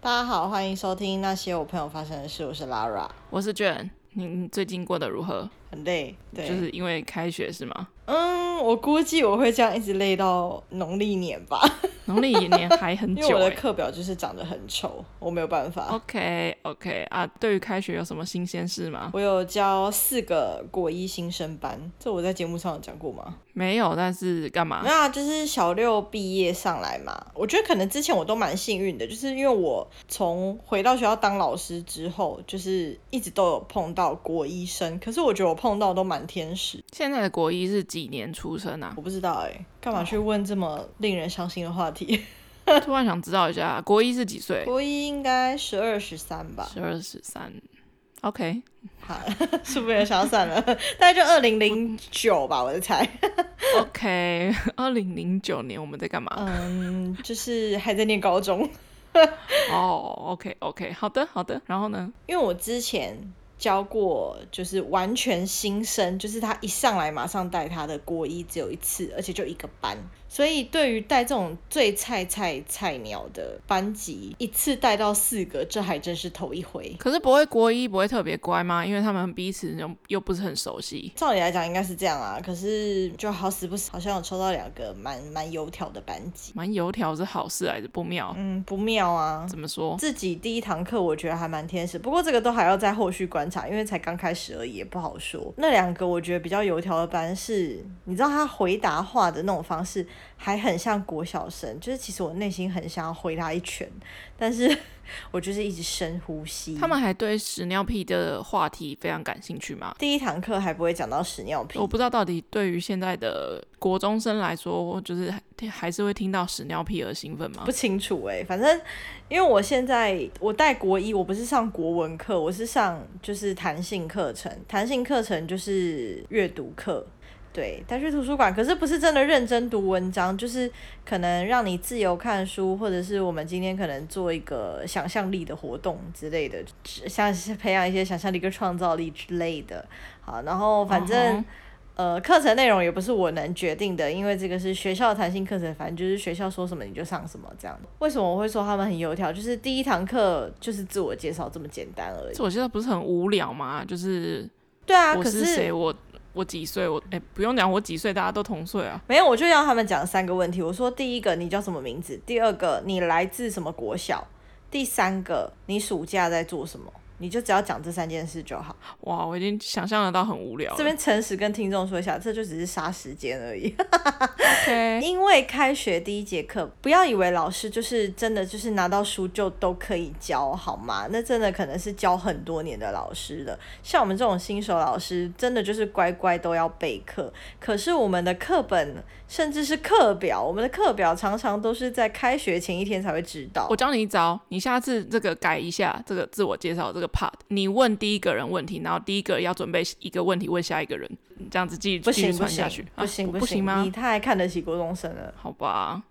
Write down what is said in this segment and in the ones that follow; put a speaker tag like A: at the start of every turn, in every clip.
A: 大家好，欢迎收听那些我朋友发生的事，我是 Lara，
B: 我是卷，你你最近过得如何？
A: 很累，对，
B: 就是因为开学是吗？
A: 嗯，我估计我会这样一直累到农历年吧，
B: 农历年还很
A: 因
B: 久
A: 为我的
B: 欸哦
A: 课表就是长得很丑，我没有办法。
B: OK OK 啊，对于开学有什么新鲜事吗？
A: 我有教四个国一新生班，这我在节目上有讲过吗？
B: 没有，但是干嘛？
A: 那就是小六毕业上来嘛，我觉得可能之前我都蛮幸运的，就是因为我从回到学校当老师之后，就是一直都有碰到国医生，可是我觉得我碰到都蛮天使，
B: 现在的国一是几年出生啊
A: 我？不知道哎、干嘛去问这么令人伤心的话题？
B: 突然想知道一下，国一是几 岁？
A: 国一应该十二十三吧，
B: 十二十三。OK，
A: 好， 是不是有想算了？大概就二零零九吧，我的猜。
B: OK，二 零零九年我们在干嘛？
A: 嗯，就是还在念高中，
B: 哦、o k OK，好的好的。然后呢？
A: 因为我之前教过，就是完全新生，就是他一上来马上带他的国一只有一次，而且就一个班，所以对于带这种最菜菜菜鸟的班级，一次带到四个，这还真是头一回。
B: 可是不会国一不会特别乖吗？因为他们彼此又又不是很熟悉。
A: 照理来讲应该是这样啊，可是就好死不死，好像有抽到两个蛮蛮油条的班级，
B: 蛮油条是好事还是不妙？
A: 嗯，不妙啊。
B: 怎么说？
A: 自己第一堂课我觉得还蛮天使，不过这个都还要在后续观察，因为才刚开始而已，也不好说。那两个我觉得比较油条的班是，你知道他回答话的那种方式，还很像国小生，就是其实我内心很想要回他一拳，但是 我就是一直深呼吸。
B: 他们还对屎尿屁的话题非常感兴趣吗？
A: 第一堂课还不会讲到屎尿屁
B: 我，不知道到底对于现在的国中生来说，就是还还是会听到屎尿屁而兴奋吗
A: 不？清楚哎、反正因为我现在我带国一，我不是上国文课，我是上就是弹性课程，弹性课程就是阅读课。对，带去图书馆，可是不是真的认真读文章，就是可能让你自由看书，或者是我们今天可能做一个想象力的活动之类的，像是培养一些想象力跟创造力之类的。好，然后反正、
B: 嗯哼
A: 呃，课程内容也不是我能决定的，因为这个是学校的弹性课程，反正就是学校说什么你就上什么这样。为什么我会说他们很油条？就是第一堂课就是自我介绍这么简单而已
B: 这。我现在不是很无聊吗？就是
A: 对啊，
B: 我
A: 可
B: 是谁，我我几岁，我哎、不用讲我几岁，大家都同岁啊。
A: 没有，我就让他们讲三个问题。我说第一个你叫什么名字？第二个你来自什么国小？第三个你暑假在做什么？你就只要讲这三件事就好。
B: 哇，我已经想象得到很无聊了。
A: 这边诚实跟听众说一下，这就只是杀时间而已。
B: OK，
A: 因为开学第一节课，不要以为老师就是真的就是拿到书就都可以教，好吗？那真的可能是教很多年的老师了。像我们这种新手老师，真的就是乖乖都要备课。可是我们的课本甚至是课表，我们的课表常常都是在开学前一天才会知道
B: 我。教你一招，你下次这个改一下这个自我介绍这个 part，你问第一个人问题，然后第一个要准备一个问题问下一个人，这样子继续
A: 不
B: 继续
A: 行不
B: 传
A: 行
B: 下去，
A: 不行
B: 啊、不
A: 不
B: 行
A: 行
B: 吗
A: 你？太看得起国中生了。
B: 好吧，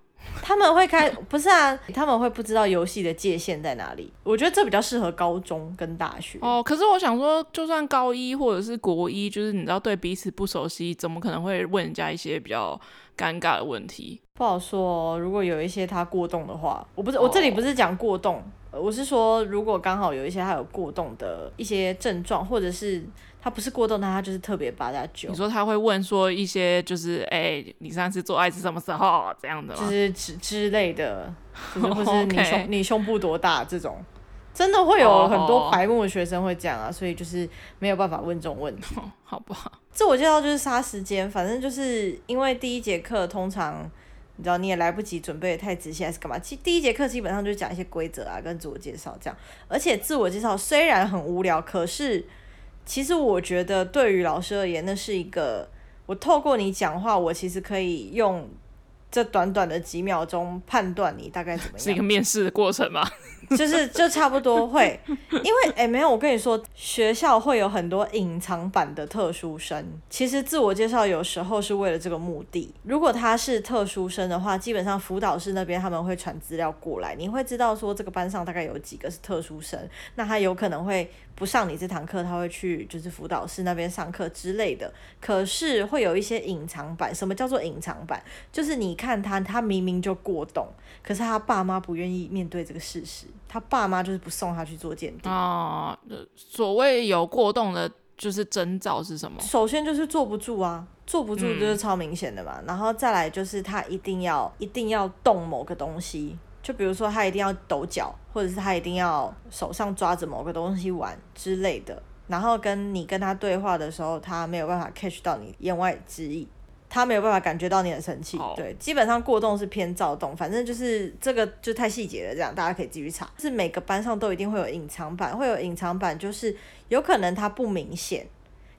A: 他们会开 不是啊，他们会不知道游戏的界限在哪里。我觉得这比较适合高中跟大学。
B: 哦，可是我想说，就算高一或者是国一，就是你知道对彼此不熟悉，怎么可能会问人家一些比较尴尬的问题？
A: 不好说哦，如果有一些它过动的话，我不是我
B: 哦
A: 这里不是讲过动，呃我是说如果刚好有一些它有过动的一些症状，或者是它不是过动，但它就是特别八加九
B: 你，说他会问说一些就是哎、你上次做爱是什么时候这样的
A: 就
B: 吗？
A: 是之之类的，就是或 是你
B: OK
A: 胸你胸部多大这种，真的会有
B: 哦
A: 很多白目的学生会这样啊，所以就是没有办法问这种问题。
B: 哦 好吧，
A: 自我介绍就是杀时间，反正就是因为第一节课通常你知道你也来不及准备得太仔细还是干嘛，其第一节课基本上就讲一些规则啊跟自我介绍这样，而且自我介绍虽然很无聊，可是其实我觉得对于老师而言，那是一个我透过你讲话，我其实可以用这短短的几秒钟判断你大概怎么
B: 是一
A: 样
B: 个。面试的过程吗？
A: 就是就差不多会，因为哎、没有，我跟你说，学校会有很多隐藏版的特殊生。其实自我介绍有时候是为了这个目的。如果他是特殊生的话，基本上辅导室那边他们会传资料过来，你会知道说这个班上大概有几个是特殊生，那他有可能会不上你这堂课，他会去就是辅导室那边上课之类的。可是会有一些隐藏版，什么叫做隐藏版？就是你看他，他明明就过动，可是他爸妈不愿意面对这个事实，他爸妈就是不送他去做鉴定。
B: 啊、呃所谓有过动的，就是征兆是什么？嗯
A: 首先就是坐不住啊，坐不住就是超明显的嘛。然后再来就是他一定要一定要动某个东西，就比如说他一定要抖脚，或者是他一定要手上抓着某个东西玩之类的。然后跟你跟他对话的时候，他没有办法 catch 到你言外之意。他没有办法感觉到你很生气
B: 好
A: 对，基本上过动是偏躁动，反正就是这个就太细节了，这样大家可以继续查。是每个班上都一定会有隐藏版，会有隐藏版，就是有可能它不明显，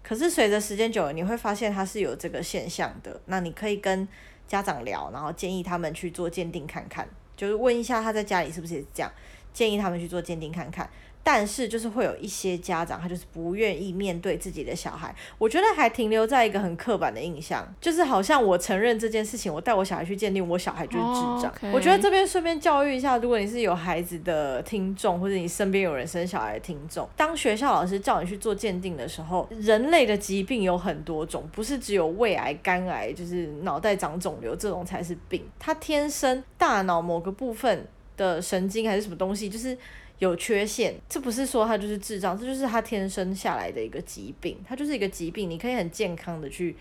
A: 可是随着时间久了，你会发现它是有这个现象的。那你可以跟家长聊，然后建议他们去做鉴定看看，就是问一下他在家里是不是也是这样，建议他们去做鉴定看看。但是就是会有一些家长，他就是不愿意面对自己的小孩，我觉得还停留在一个很刻板的印象，就是好像我承认这件事情，我带我小孩去鉴定，我小孩就是智障。
B: 哦，OK
A: 我觉得这边顺便教育一下，如果你是有孩子的听众，或者你身边有人生小孩的听众，当学校老师叫你去做鉴定的时候，人类的疾病有很多种，不是只有胃癌、肝癌，就是脑袋长肿瘤这种才是病，他天生大脑某个部分的神经还是什么东西，就是有缺陷，这不是说他就是智障，这就是他天生下来的一个疾病，他就是一个疾病，你可以很健康的去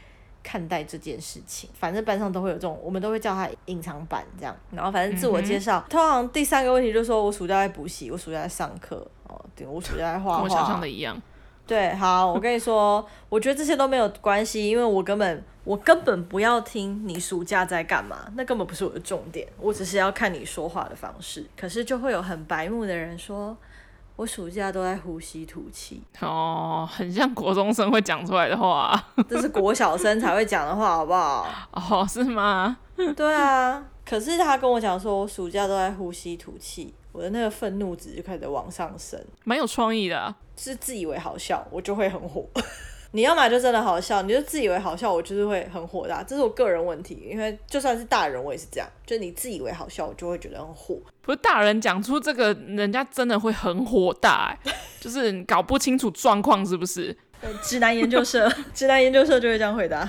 A: 看待这件事情。反正班上都会有这种，我们都会叫他隐藏版这样。然后反正自
B: 嗯
A: 我介绍，通常第三个问题就是说我暑假在补习，我暑假在上课，哦，对，我暑假在画
B: 跟
A: 画，
B: 我想象的一样。
A: 对，好，我跟你说，我觉得这些都没有关系，因为我根本我根本不要听你暑假在干嘛，那根本不是我的重点，我只是要看你说话的方式。可是就会有很白目的人说，我暑假都在呼吸吐气，
B: 哦，很像国中生会讲出来的话。
A: 这是国小生才会讲的话，好不好？
B: 哦，是吗？
A: 对啊，可是他跟我讲说，我暑假都在呼吸吐气，我的那个愤怒值就开始往上升。
B: 蛮有创意的啊、
A: 是自以为好笑，我就会很火。 你要么就真的好笑，你就自以为好笑，我就是会很火大，这是我个人问题。因为就算是大人，我也是这样，就你自以为好笑，我就会觉得很火。
B: 不是大人讲出这个，人家真的会很火大、欸， 就是你搞不清楚状况是不是？
A: 对直男研究社， 直男研究社就会这样回答。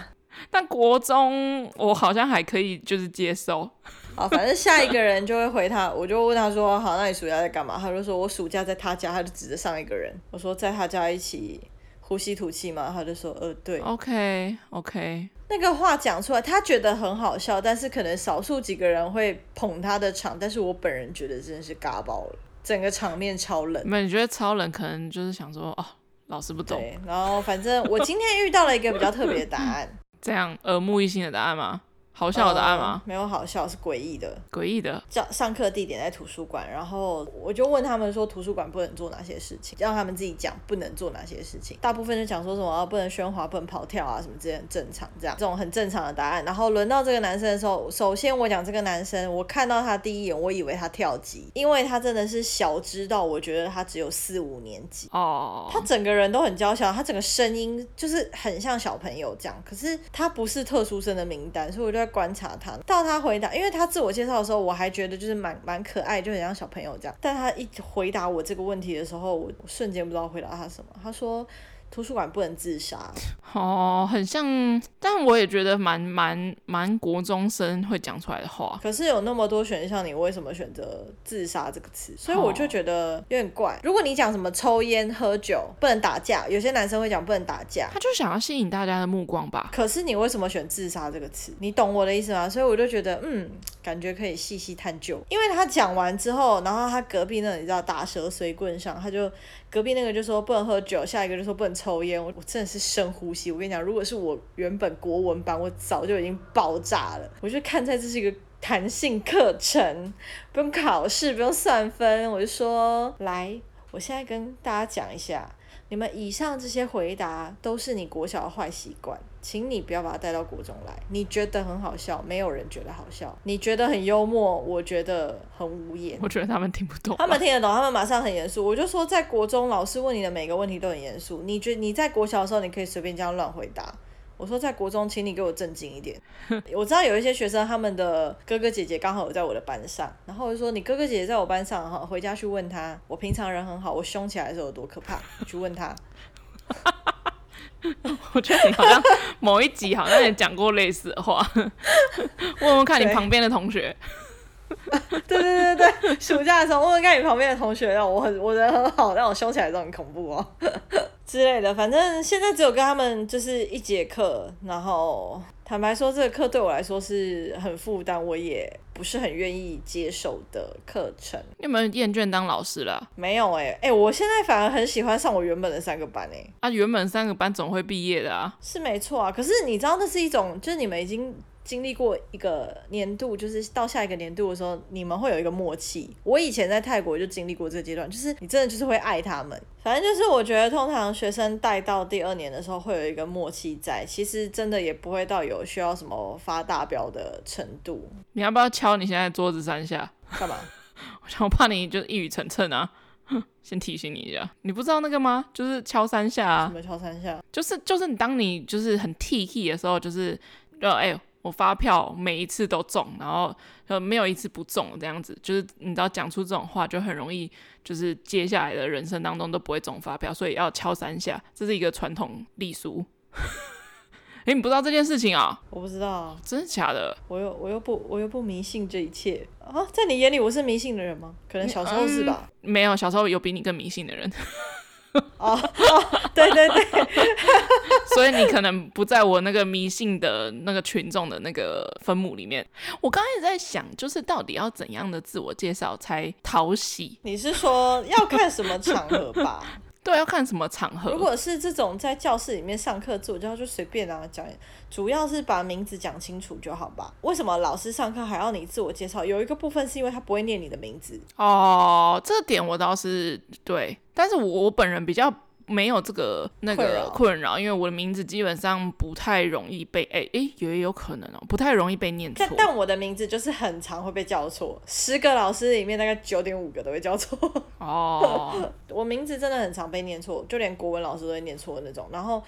B: 但国中我好像还可以，就是接受。
A: 好，反正下一个人就会回他，我就问他说：“好，那你暑假在干嘛？”他就说：“我暑假在他家。”他就指着上一个人，我说：“在他家一起呼吸吐气吗？”他就说：“呃，对。”
B: OK OK，
A: 那个话讲出来，他觉得很好笑，但是可能少数几个人会捧他的场，但是我本人觉得真的是尬爆了，整个场面超冷。
B: 那你觉得超人可能就是想说，哦，老师不嗯懂，
A: 对，然后反正我今天遇到了一个比较特别的答 案，
B: 这样耳目一新的答案吗？好笑的答案吗
A: 呃？没有好笑，是诡异的。
B: 诡异的，
A: 教上课地点在图书馆，然后我就问他们说图书馆不能做哪些事情，让他们自己讲不能做哪些事情。大部分就讲说什么、啊不能喧哗、不能跑跳啊什么之类，很正常这样，这种很正常的答案。然后轮到这个男生的时候，首先我讲这个男生，我看到他第一眼，我以为他跳级，因为他真的是小知道，我觉得他只有四五年级。
B: 哦，
A: 他整个人都很娇小，他整个声音就是很像小朋友这样。可是他不是特殊生的名单，所以我就在观察他。到他回答，因为他自我介绍的时候，我还觉得就是蛮蛮可爱，就很像小朋友这样。但他一回答我这个问题的时候，我瞬间不知道回答他什么。他说。图书馆不能自杀，
B: 哦，很像，但我也觉得蛮蛮蛮国中生会讲出来的话。
A: 可是有那么多选项，你为什么选择自杀这个词？所以我就觉得有点怪。如果你讲什么抽烟、喝酒、不能打架，有些男生会讲不能打架，
B: 他就想要吸引大家的目光吧。
A: 可是你为什么选自杀这个词？你懂我的意思吗？所以我就觉得，嗯，感觉可以细细探究。因为他讲完之后，然后他隔壁那个你知道打蛇随棍上，他就隔壁那个就说不能喝酒，下一个就说不能抽烟。我我真的是深呼吸。我跟你讲，如果是我原本国文班，我早就已经爆炸了。我就看在这是一个。弹性课程，不用考试，不用算分，我就说来，我现在跟大家讲一下，你们以上这些回答都是你国小的坏习惯，请你不要把它带到国中来。你觉得很好笑，没有人觉得好笑；你觉得很幽默，我觉得很无言。
B: 我觉得他们听不懂。
A: 他们听得懂，他们马上很严肃。我就说，在国中老师问你的每个问题都很严肃。你觉你在国小的时候，你可以随便这样乱回答，我说在国中，请你给我正经一点。我知道有一些学生，他们的哥哥姐姐刚好有在我的班上，然后我就说你哥哥姐姐在我班上哈，回家去问他，我平常人很好，我凶起来的时候有多可怕，你去问他。
B: 我觉得你好像某一集好像也讲过类似的话， 问问看你
A: 对
B: 旁边的同学。
A: 对对对对， 暑假的时候问问看你旁边的同学，让我很我人很好，但我凶起来都很恐怖哦 之类的。反正现在只有跟他们就是一节课，然后坦白说，这个课对我来说是很负担，我也不是很愿意接受的课程。
B: 你有没有厌倦当老师了啊？
A: 没有哎、欸、哎、我现在反而很喜欢上我原本的三个班哎、
B: 啊，原本三个班总会毕业的啊，
A: 是没错啊。可是你知道，那是一种就是你们已经。经历过一个年度，就是到下一个年度的时候，你们会有一个默契。我以前在泰国就经历过这个阶段，就是你真的就是会爱他们。反正就是我觉得，通常学生带到第二年的时候，会有一个默契在。其实真的也不会到有需要什么发大标的程度。
B: 你要不要敲你现在桌子三下？
A: 干嘛？
B: 我想我怕你就一语成谶啊，先提醒你一下，你不知道那个吗？就是敲三下
A: 什
B: 啊，
A: 么敲三下？
B: 就是就是你当你就是很 T T 的时候，就是就哎、我发票每一次都中，然后呃没有一次不中，这样子，就是你知道讲出这种话，就很容易就是接下来的人生当中都不会中发票，所以要敲三下，这是一个传统礼俗。 哎、你不知道这件事情啊？
A: 我不知道啊，
B: 真的假的？
A: 我又我又不我又不迷信这一切啊。在你眼里，我是迷信的人吗？可能小时候是吧。
B: 没有，小时候有比你更迷信的人，
A: 哦，哦对对对，
B: 所以你可能不在我那个迷信的那个群众的那个分母里面。我刚开始在想，就是到底要怎样的自我介绍才讨喜？
A: 你是说要看什么场合吧？
B: 对，要看什么场
A: 如
B: 合。
A: 果是这种在教室里面上课自我介绍，就随便啊讲，主要是把名字讲清楚就好吧。为什么老师上课还要你自我介绍？有一个部分是因为他不会念你的名字，
B: 哦，这点我倒是对，但是我我本人比较。没有这个那
A: 困
B: 个
A: 扰
B: 困扰，因为我的名字基本上不太容易被哎哎，也有可能哦，不太容易被念错
A: 但。但我的名字就是很常会被叫错，十个老师里面大概九点五个都会叫错。
B: 哦，
A: 我名字真的很常被念错，就连国文老师都会念错的那种。然后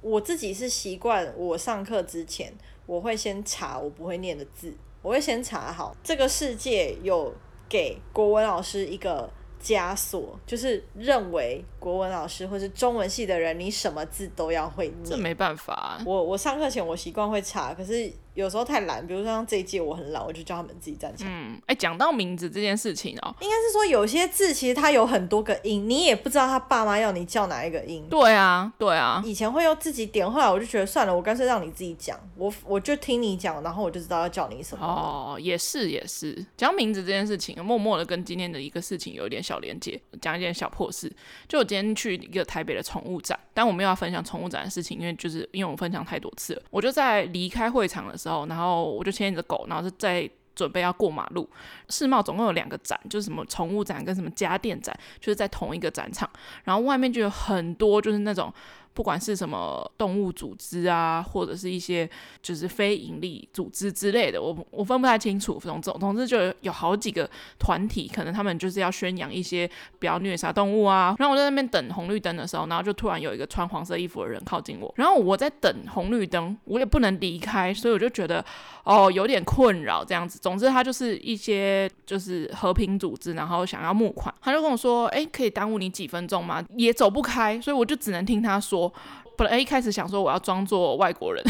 A: 我自己是习惯，我上课之前我会先查我不会念的字，我会先查好这个世界有给国文老师一个。枷锁就是认为国文老师或是中文系的人，你什么字都要会
B: 这
A: 念。
B: 没办法啊、
A: 我我上课前我习惯会查，可是有时候太懒，比如说像这一届我很懒，我就叫他们自己站起来。
B: 嗯，哎，讲到名字这件事情哦，
A: 应该是说有些字其实它有很多个音，你也不知道他爸妈要你叫哪一个音。
B: 对啊，对啊，
A: 以前会用自己点，后来我就觉得算了，我干脆让你自己讲，我我就听你讲，然后我就知道要叫你什么。
B: 哦，也是也是，讲名字这件事情，默默的跟今天的一个事情有一点小连接，讲一件小破事。就我今天去一个台北的宠物展，但我没有要分享宠物展的事情，因为就是因为我分享太多次了。我就在离开会场的时候，然后我就牵着狗，然后是在。准备要过马路，世贸总共有两个展，就是什么宠物展跟什么家电展，就是在同一个展场。然后外面就有很多就是那种不管是什么动物组织啊，或者是一些就是非营利组织之类的，我不我分不太清楚。总总总之就有好几个团体，可能他们就是要宣扬一些不要虐杀动物啊。然后我在那边等红绿灯的时候，然后就突然有一个穿黄色衣服的人靠近我，然后我在等红绿灯，我也不能离开，所以我就觉得哦有点困扰这样子。总之，他就是一些就是和平组织，然后想要募款，他就跟我说，哎，可以耽误你几分钟吗？也走不开，所以我就只能听他说。本来一开始想说我要装作外国人，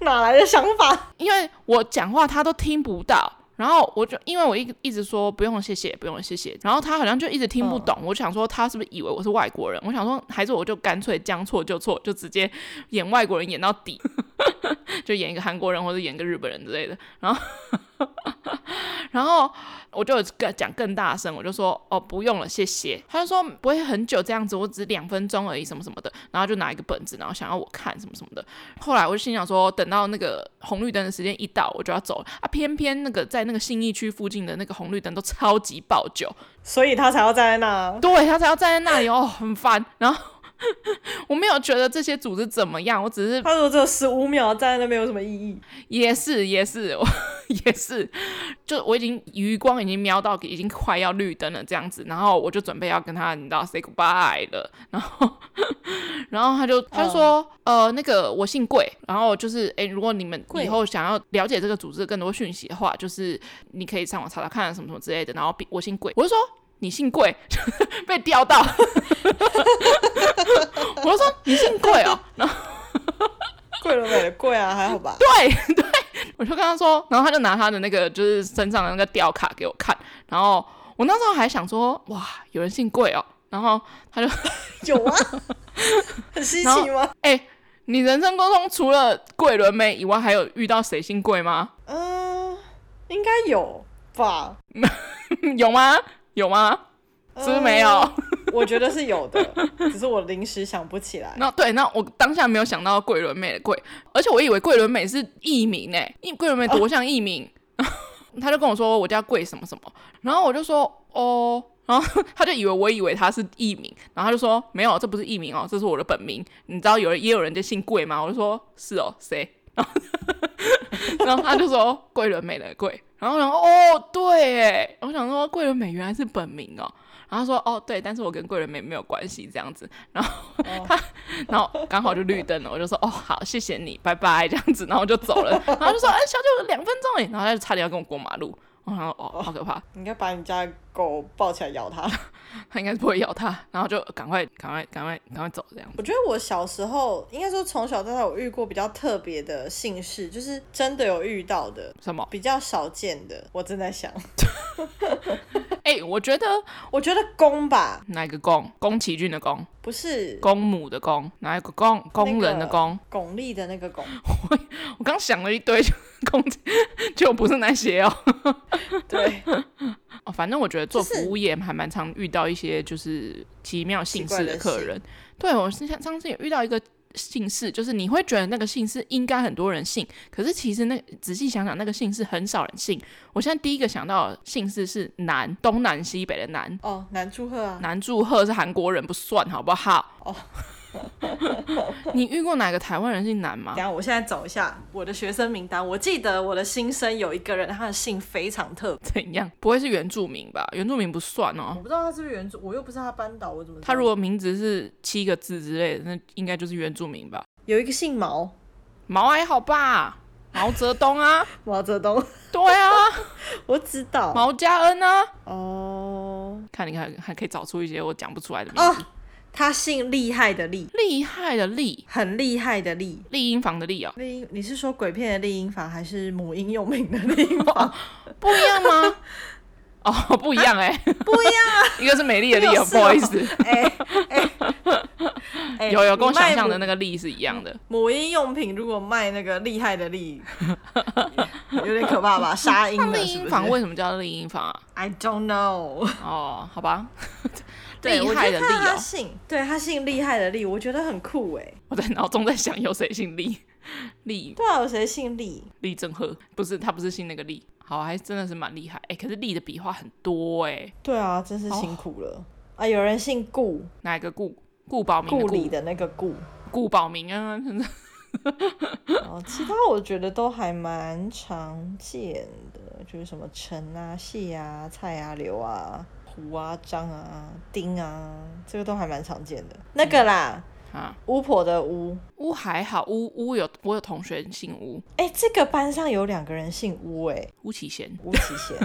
A: 哪来的想法？
B: 因为我讲话他都听不到，然后我就因为我一一直说不用谢谢，不用谢谢，然后他好像就一直听不懂。我嗯就想说他是不是以为我是外国人？我想说还是我就干脆将错就错，就直接演外国人演到底， 就演一个韩国人或者演个日本人之类的。然后 然后我就更讲更大声，我就说哦不用了，谢谢。他就说不会很久这样子，我只两分钟而已，什么什么的。然后就拿一个本子，然后想要我看什么什么的。后来我就心想说，等到那个红绿灯的时间一到，我就要走了啊！偏偏那个在那个信义区附近的那个红绿灯都超级爆久，
A: 所以他才要站在那。啊
B: 对他才要站在那里哦，很烦。然后 我没有觉得这些组织怎么样，我只是
A: 他如果只有十五秒站在那边有什么意义？
B: 也是也是 我也是，就我已经余光已经瞄到已经快要绿灯了这样子，然后我就准备要跟他你知道 say goodbye 了，然后 然后他就他就说、呃那个我姓桂，然后就是诶，如果你们
A: 桂
B: 以后想要了解这个组织的更多讯息的话，就是你可以上网查查看什么什么之类的，然后比我姓桂，我就说。你姓桂， 被钓到，我就说你姓桂哦，
A: 贵了没了？贵啊，还好吧。
B: 对对，我就跟他说，然后他就拿他的那个就是身上的那个吊卡给我看，然后我那时候还想说，哇，有人姓桂哦，然后他就，
A: 有啊， 很稀
B: 然
A: 奇
B: 后
A: 吗？
B: 哎、你人生沟通除了桂纶镁以外，还有遇到谁姓桂吗？
A: 嗯、应该有吧？
B: 有吗？有吗？是不是没有？
A: 呃我觉得是有的，只是我临时想不起来。
B: 那对，那我当下没有想到桂纶镁的桂，而且我以为桂纶镁是艺名哎，艺桂纶镁多像艺名。 他就跟我说我叫桂什么什么，然后我就说哦，然后 他就以为我以为他是艺名，然后他就说没有，这不是艺名哦，这是我的本名。你知道有人也有人就姓桂吗？我就说是哦，谁？ 然后然后他就说桂纶镁的桂，然后然后哦对哎，我想说桂纶镁原来是本名哦，然后他说哦对，但是我跟桂纶镁没有关系这样子，然后然后刚好就绿灯了，我就说哦好，谢谢你，拜拜这样子，然后我就走了。然后就说哎、小姐，我两分钟哎，然后他就差点要跟我过马路，然后哦好可怕，
A: 你应该把你家的狗抱起来咬它。
B: 他应该是不会咬他，然后就赶快赶快赶快赶快走这样子。
A: 我觉得我小时候，应该说从小到大，我遇过比较特别的姓氏，就是真的有遇到的，
B: 什么？
A: 比较少见的。我正在想，
B: 哎、我觉得
A: 我觉得公吧，
B: 哪个公？宫崎骏的宫，
A: 不是
B: 公母的公，哪一个公？工人的工。
A: 巩俐的那个巩，
B: 我刚想了一堆，就 公就不是那些哦。
A: 对，
B: 哦，反正我觉得做
A: 就是
B: 服务业还蛮常遇到一些就是奇妙姓氏的客
A: 奇怪的
B: 人。对我是像上次有遇到一个姓氏，就是你会觉得那个姓氏应该很多人姓，可是其实那仔细想想，那个姓氏很少人姓。我现在第一个想到的姓氏是南，东南西北的南。
A: 哦，南柱赫啊，
B: 南柱赫是韩国人，不算好不好？
A: 哦
B: 你遇过哪个台湾人姓南吗
A: 等一？下，我现在找一下我的学生名单。我记得我的新生有一个人，他的姓非常特别，
B: 怎样？不会是原住民吧？原住民不算哦
A: 我。不知道他是不是原住，我又不是他班导，我怎么知道？
B: 他如果名字是七个字之类的，那应该就是原住民吧？
A: 有一个姓毛，
B: 毛还好吧？毛泽东 啊，
A: 毛泽东，
B: 对啊，
A: 我知道。
B: 毛家恩啊，
A: 哦，
B: 看你看还可以找出一些我讲不出来的名字，
A: 哦，他姓厉害的厉，
B: 厉害的厉，
A: 很厉害的厉。
B: 丽婴房的丽哦，
A: 丽英，你是说鬼片的丽英法，还是母婴用品的丽英 法？
B: 哦不一 样吗？哦，不一样哎、
A: 啊不一样，
B: 一个是美丽的丽
A: 没有
B: 哦，
A: 事
B: 不
A: 哦
B: 好意思，
A: 哎哎哎，
B: 有有跟我
A: 你卖
B: 想象的
A: 母
B: 那个丽是一样的。
A: 母婴用品如果卖那个厉害的 厉，有点可怕吧？杀婴
B: 那
A: 了
B: 丽
A: 是
B: 婴
A: 不
B: 房
A: 是
B: 为什么叫丽婴房啊？
A: ？I don't know。
B: 哦，好吧，
A: 对，
B: 厉害的丽
A: 我就看到他
B: 哦，
A: 姓，对他姓厉害的厉，我觉得很酷哎。
B: 我在脑中在想有谁姓丽，丽
A: 对啊，有谁姓厉？
B: 立正赫，不是他不是姓那个立，好，还真的是蛮厉害。哎、可是立的笔画很多哎、
A: 对啊，真是辛苦了、啊！有人姓顾，
B: 哪一个顾顾宝明
A: 顾
B: 的
A: 里
B: 顾
A: 的那个顾。
B: 顾宝明啊， 真的
A: 哦，其他我觉得都还蛮常见的，就是什么陈啊、谢啊、蔡啊、刘啊、胡啊、张啊、丁啊，这个都还蛮常见的。那个啦，
B: 啊，
A: 巫婆的巫，
B: 乌还好，乌乌有我有同学姓乌，
A: 哎、这个班上有两个人姓巫、哎，
B: 乌启贤，
A: 巫启贤。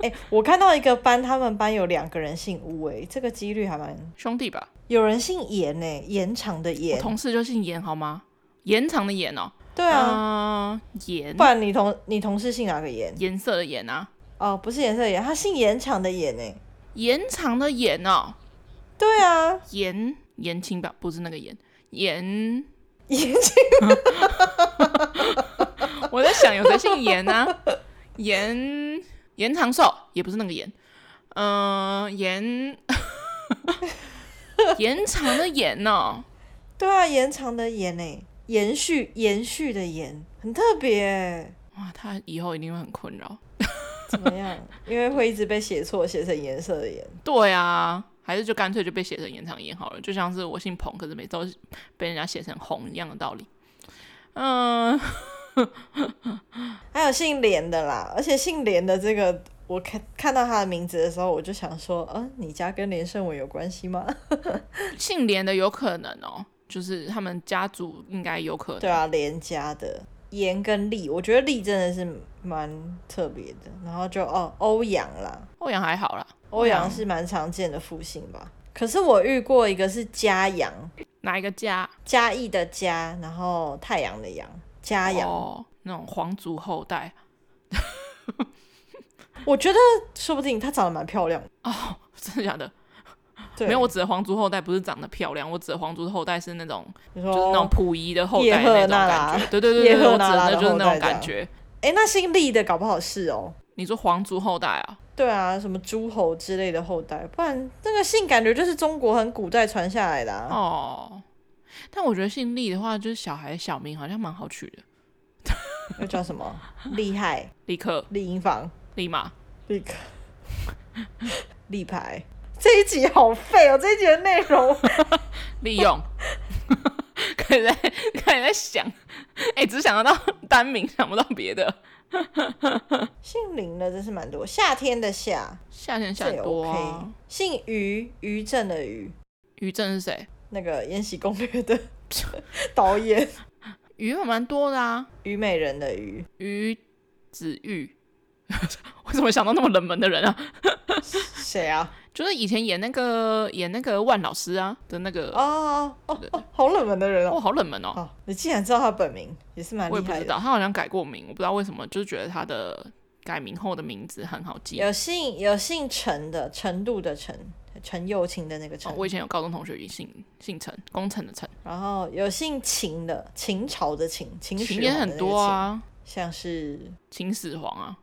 A: 哎、我看到一个班，他们班有两个人姓巫、哎，这个几率还蛮。
B: 兄弟吧，
A: 有人姓严呢、延长的
B: 我
A: 延，
B: 同事就姓严好吗？延长的延哦，
A: 对啊，
B: 嗯、颜
A: 不然你同你同事姓哪个严？
B: 颜色的颜啊，
A: 哦，不是颜色的颜，他姓延长的延呢、
B: 延长的延哦，
A: 对啊，
B: 延延青吧，不是那个延，延，
A: 延
B: 我在想有谁姓延啊？延延长寿也不是那个延，嗯、 延延长的延哦。
A: 对啊，延长的延呢、欸延续延续的延，很特别欸、
B: 哇，他以后一定会很困扰。
A: 怎么样？因为会一直被写错，写成颜色的颜。
B: 对啊，还是就干脆就被写成延长烟好了，就像是我姓彭，可是每周被人家写成红一样的道理。嗯，
A: 还有姓连的啦，而且姓连的这个，我看看到他的名字的时候，我就想说，嗯、你家跟连胜文有关系吗？
B: 姓连的有可能哦，就是他们家族应该有可能。
A: 对啊，连家的严跟利，我觉得利真的是蛮特别的。然后就哦，欧阳啦，
B: 欧阳还好啦，
A: 欧阳是蛮常见的复姓吧。可是我遇过一个是嘉阳，
B: 哪一个家？
A: 嘉义的嘉，然后太阳的阳，嘉阳。
B: 哦，那种皇族后代
A: 我觉得说不定她长得蛮漂亮的。
B: 哦，真的假的？
A: 对，
B: 没有，我指的皇族后代不是长得漂亮，我指的皇族后代是那种
A: 你
B: 就是那
A: 说，
B: 种溥仪的后
A: 哦叶
B: 代
A: 赫
B: 的那种
A: 那
B: 感
A: 拉
B: 觉。对对对对
A: 叶
B: 对，
A: 赫
B: 我指
A: 那
B: 的
A: 拉
B: 那
A: 的
B: 就是那
A: 后
B: 种
A: 代这
B: 感
A: 样
B: 觉。
A: 哎、那姓厉的搞不好是哦。
B: 你说皇族后代啊？
A: 对啊，什么诸侯之类的后代，不然那个姓感觉就是中国很古代传下来的、啊。
B: 哦，但我觉得姓厉的话，就是小孩小名好像蛮好取的，
A: 那叫什么？厉害，
B: 立刻
A: 丽英房，
B: 立马。
A: 立刻， 立牌。这一集好废哦！这一集的内容，
B: 利用， 开始在开始在想，哎、只想得到单名，想不到别的。
A: 姓林的真是蛮多，夏天的夏，
B: 夏天
A: 这
B: 想
A: 也
B: 多、
A: OK
B: 啊。。
A: 姓于，于正的于，
B: 于正是谁？
A: 那个《延禧攻略》的 导演，
B: 于有蛮多的啊，
A: 虞美人的虞，
B: 于子玉。 我怎么想到那么冷门的人啊？
A: 谁啊？
B: 就是以前演那个演那个万老师啊的那个，哇、
A: 哦哦哦，好冷门的人哦。
B: 好冷门哦。
A: 哦，你竟然知道他本名，也是蛮
B: 我也
A: 厉
B: 不
A: 害
B: 知
A: 的。
B: 道，他好像改过名，我不知道为什么，就是觉得他的改名后的名字很好记。
A: 有姓有姓陈的，程度的程，陈幼卿的那个陈。
B: 哦我以前有高中同学也姓姓陈，工程的陈，
A: 然后有姓秦的，秦朝的秦，秦始
B: 秦
A: 皇
B: 也
A: 的那
B: 很
A: 个
B: 多
A: 秦，
B: 啊。
A: 像是
B: 秦始皇啊，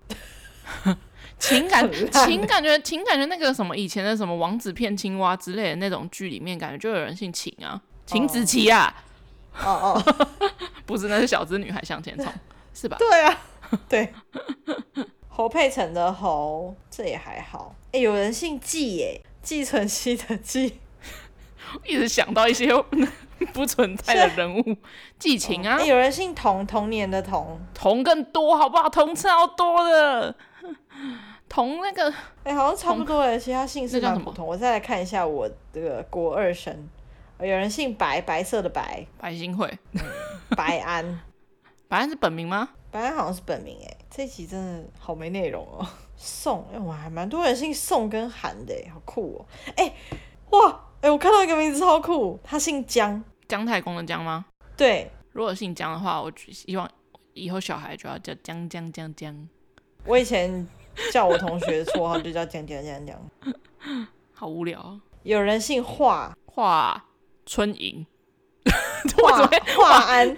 B: 情感
A: 很烂
B: 情感觉情感觉那个什么以前的什么王子骗青蛙之类的那种剧里面，感觉就有人姓秦啊，秦子琪啊，
A: 哦哦，
B: 不是那是小资女孩向前冲，是吧？
A: 对啊， 对，侯佩岑的侯，这也还好。哎，有人姓纪耶，寄存希的纪，
B: 一直想到一些 不存在的人物，季秦啊
A: 哎，，有人姓童，童年的童，
B: 童更多好不好？童超多的，童那个
A: 哎，好像差不多哎，其他姓氏
B: 那叫
A: 蛮
B: 什么
A: 普通。我再来看一下我这个国二生，呃有人姓白，白色的白，
B: 白新会，
A: 白安。
B: 白安是本名吗？
A: 白安好像是本名哎、这一集真的好没内容哦。宋，哎、我还蛮多人姓宋跟韩的哎、好酷哦、哎、哇，哎、我看到一个名字超酷，他姓姜，
B: 姜太公的姜吗？
A: 对
B: 如果姓姜的话，我希望以后小孩就要叫姜姜姜姜，
A: 我以前叫我同学的绰号就叫姜姜姜姜。
B: 好无聊、啊。
A: 有人姓华，
B: 华春莹。 我
A: 华
B: 怎么会？
A: 华 安，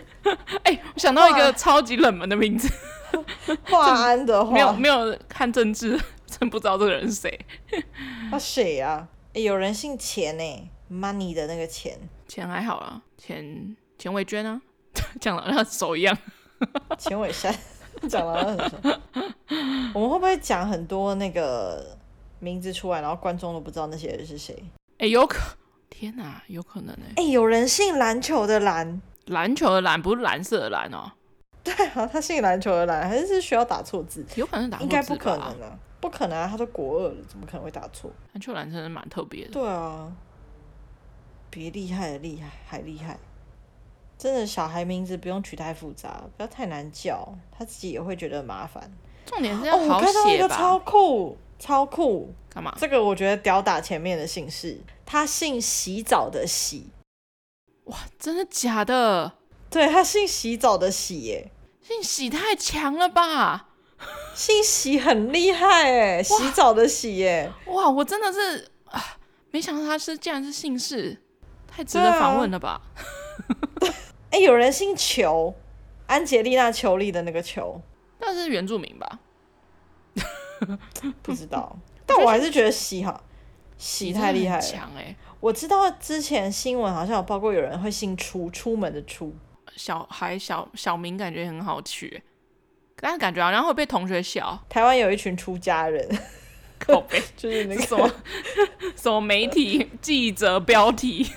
B: 哎、我想到一
A: 华
B: 个超级冷门的名字，
A: 华安的
B: 没有
A: 华，
B: 没有看政治，真不知道这个人是谁。
A: 他谁啊？哎、有人姓钱哎、m o n e y 的那个钱，
B: 钱还好啦，钱钱伟娟啊， 讲的像手一样。
A: 钱伟山 讲了很熟。我们会不会讲很多那个名字出来，然后观众都不知道那些人是谁？
B: 哎、有可天哪、有可能哎、
A: 哎、有人姓篮球的篮，
B: 篮球的篮不是蓝色的蓝哦、
A: 对啊，他姓篮球的篮，还是是需要打错字？
B: 有可能是打错
A: 应
B: 字吧
A: 该不可能啊，不可能啊，他都国二了，怎么可能会打错？
B: 篮球篮真的蛮特别的，
A: 对啊，比厉害的厉害还厉害。真的，小孩名字不用取太复杂，不要太难叫，他自己也会觉得麻烦。
B: 重点是
A: 哦，
B: 要
A: 我
B: 好
A: 看到一
B: 写
A: 个
B: 吧
A: 超？酷，超酷，
B: 干、嘛？
A: 这个我觉得屌打前面的姓氏，他姓洗澡的洗，
B: 真的假的？
A: 对他姓洗澡的洗耶，
B: 信息太强了吧？
A: 姓洗很厉害哎，洗澡的洗耶，
B: 哇，我真的是啊，没想到他是竟然是姓氏，太值
A: 对
B: 得
A: 啊
B: 访问了吧？
A: 哎，有人姓裘，安吉丽娜·裘丽的那个裘，
B: 但是原住民吧，
A: 不知 道，但我还是觉得洗好，洗太厉害
B: 真的很
A: 了。
B: 强哎、
A: 我知道之前新闻好像有报过有人会姓出，出门的出，
B: 小孩小小名感觉啊 很好取欸、但是感觉好像会被同学笑。
A: 台湾有一群出家人，
B: 靠背，
A: 就是 那个
B: 什么什么媒体记者标 题，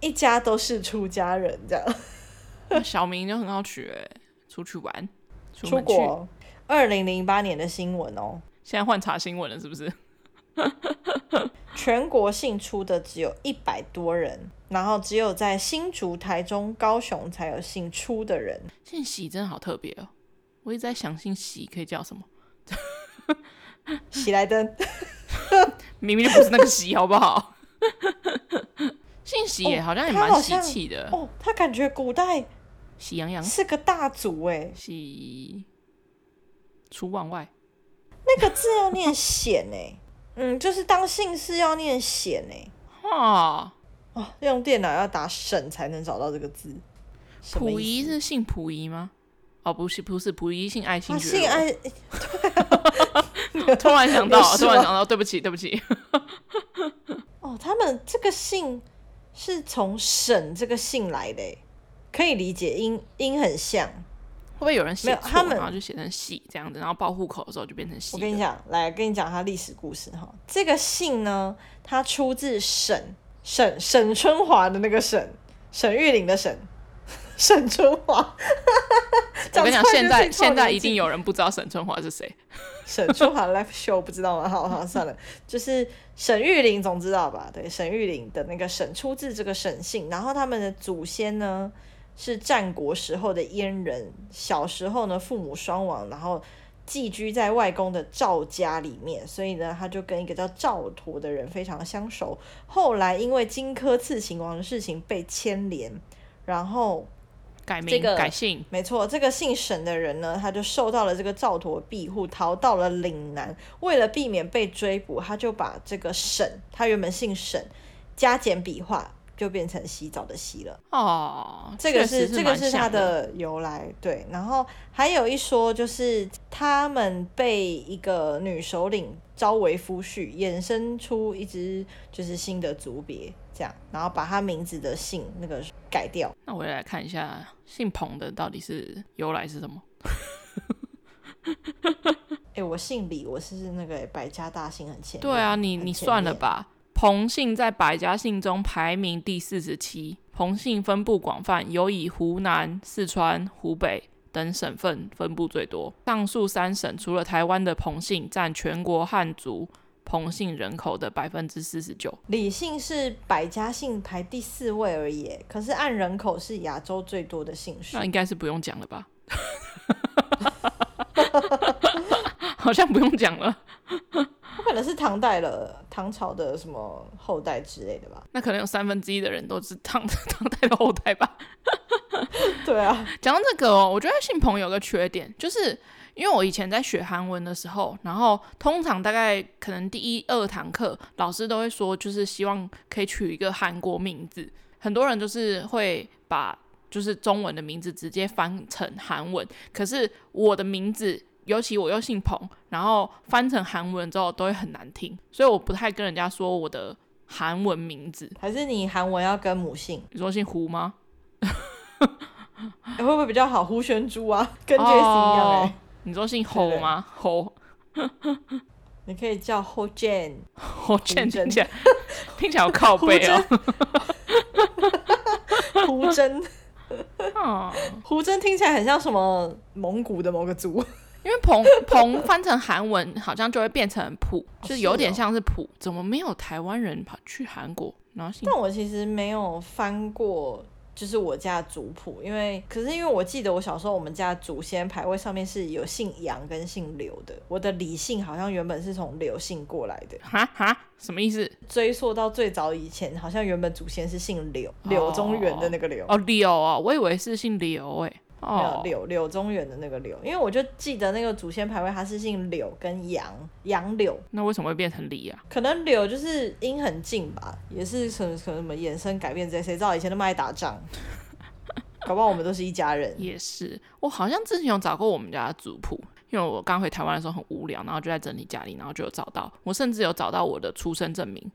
A: 一家都是出家人这样。
B: 小明就很好取、欸，出去玩，出
A: 出
B: 门去。
A: 国，二零零八年的新闻哦，
B: 现在换查新闻了，是不是？
A: 全国性出的只有一百多人，然后只有在新竹、台中、高雄才有姓出的人。
B: 姓喜真的好特别哦，我一直在想姓喜可以叫什么，
A: 喜来 登，
B: 明明就不是那个喜，好 不好？姓喜耶、
A: 哦
B: 好像也
A: 他
B: 蛮
A: 好
B: 喜
A: 像
B: 气的，
A: 哦，他感觉古代
B: 喜洋洋，
A: 是个大族哎，
B: 喜出望外，
A: 那个字要念显哎，嗯，就是当姓氏要念显哎，
B: 哈。
A: 哦，用电脑要打省才能找到这个字。什么
B: 溥
A: 意
B: 仪
A: 思
B: 是姓溥仪吗？哦，不是，不是，溥仪姓爱新
A: 他
B: 觉
A: 啊姓
B: 罗。
A: 爱，
B: 突然想到，
A: 有事
B: 突然
A: 吗
B: 想到，对不起，对不起。
A: 哦，他们这个姓是从省这个姓来的欸，可以理解，音音很像。
B: 会不会有人
A: 没
B: 写
A: 有
B: 错，
A: 他们
B: 然后就写成喜这样子，然后报户口的时候就变成喜
A: 我？跟你讲，来跟你讲它历史故事哈。这个姓呢，它出自沈沈沈春华的那个沈，沈玉玲的 沈，沈春华。
B: 我
A: 我
B: 跟你讲，现在现在一定有人不知道沈春华是谁。
A: 沈春华 live show 不知道吗？好好算了，就是沈玉玲总知道吧？对，沈玉玲的那个沈出自这个沈姓，然后他们的祖先呢是战国时候的燕人，小时候呢父母双亡，然后寄居在外公的赵家里面，所以呢他就跟一个叫赵佗的人非常相熟。后来因为荆轲刺秦王的事情被牵连，然后
B: 改名、
A: 这个
B: 改姓，
A: 没错，这个姓沈的人呢，他就受到了这个赵佗庇护，逃到了岭南。为了避免被追捕，他就把这个沈，他原本姓沈，加减笔画就变成洗澡的洗了。
B: 哦，
A: 这个
B: 确实
A: 是
B: 是
A: 这个
B: 蛮
A: 是
B: 像
A: 它
B: 的
A: 的由来，对。然后还有一说就是他们被一个女首领招为夫婿，衍生出一支就是新的族别，这样，然后把他名字的姓那个改掉。
B: 那我也来看一下姓彭的到底是由来是什么。
A: 哎、我姓李，我是那个百家大姓很前面。
B: 对啊，你
A: 很
B: 你
A: 前
B: 算了
A: 面。
B: 吧。彭姓在百家姓中排名第四十七，彭姓分布广泛，尤以湖南、四川、湖北等省份分布最多。上述三省除了台湾的彭姓占全国汉族彭姓人口的百分之四十九，
A: 李姓是百家姓排第四位而已耶，可是按人口是亚洲最多的姓氏
B: 那。应该是不用讲了吧？ 好像不用讲了，
A: 不可能是唐代了，唐朝的什么后代之类的吧？
B: 那可能有三分之一的人都是唐 唐代的后代吧。
A: 对啊，
B: 讲到这个哦，我觉得姓彭有个缺点，就是因为我以前在学韩文的时候，然后通常大概可能第一二堂课，老师都会说，就是希望可以取一个韩国名字。很多人就是会把就是中文的名字直接翻成韩文，可是我的名字。尤其我又姓彭，然后翻成韩文之后都会很难听，所以我不太跟人家说我的韩文名字。
A: 还是你韩文要跟母姓，
B: 你说姓胡吗？
A: 诶会不会比较好？胡玄珠啊，跟 J C 一样哎、
B: 哦你说姓侯
A: 对
B: 吗？侯
A: 你可以叫后 Jane，
B: 侯倩
A: 真
B: 听起来听起来好靠
A: 胡
B: 背 哦。
A: 胡真，
B: 哦
A: 胡真听起来很像什么蒙古的某个族。
B: 因为彭彭翻成韩文好像就会变成普，就是有点哦像是普。怎么没有台湾人跑去韩国？然后姓
A: 但我其实没有翻过，就是我家的族谱，因为可是因为我记得我小时候我们家祖先牌位上面是有姓杨跟姓刘的，我的李姓好像原本是从刘姓过来的，
B: 哈哈什么意思？
A: 追溯到最早以前，好像原本祖先是姓柳，柳宗元的那个柳。
B: 哦，柳哦，我以为是姓柳
A: 没
B: 哎、
A: 有
B: 哦，
A: 柳柳宗元的那个柳，因为我就记得那个祖先牌位，他是姓柳跟杨，杨柳，
B: 那为什么会变成李啊？
A: 可能柳就是音很近吧，也是什么什么什么衍生改变之类，谁知道以前那么爱打 仗，搞不好我们都是一家人。
B: 也是，我好像之前有找过我们家的族谱，因为我刚回台湾的时候很无聊，然后就在整理家里，然后就有找到，我甚至有找到我的出生证明，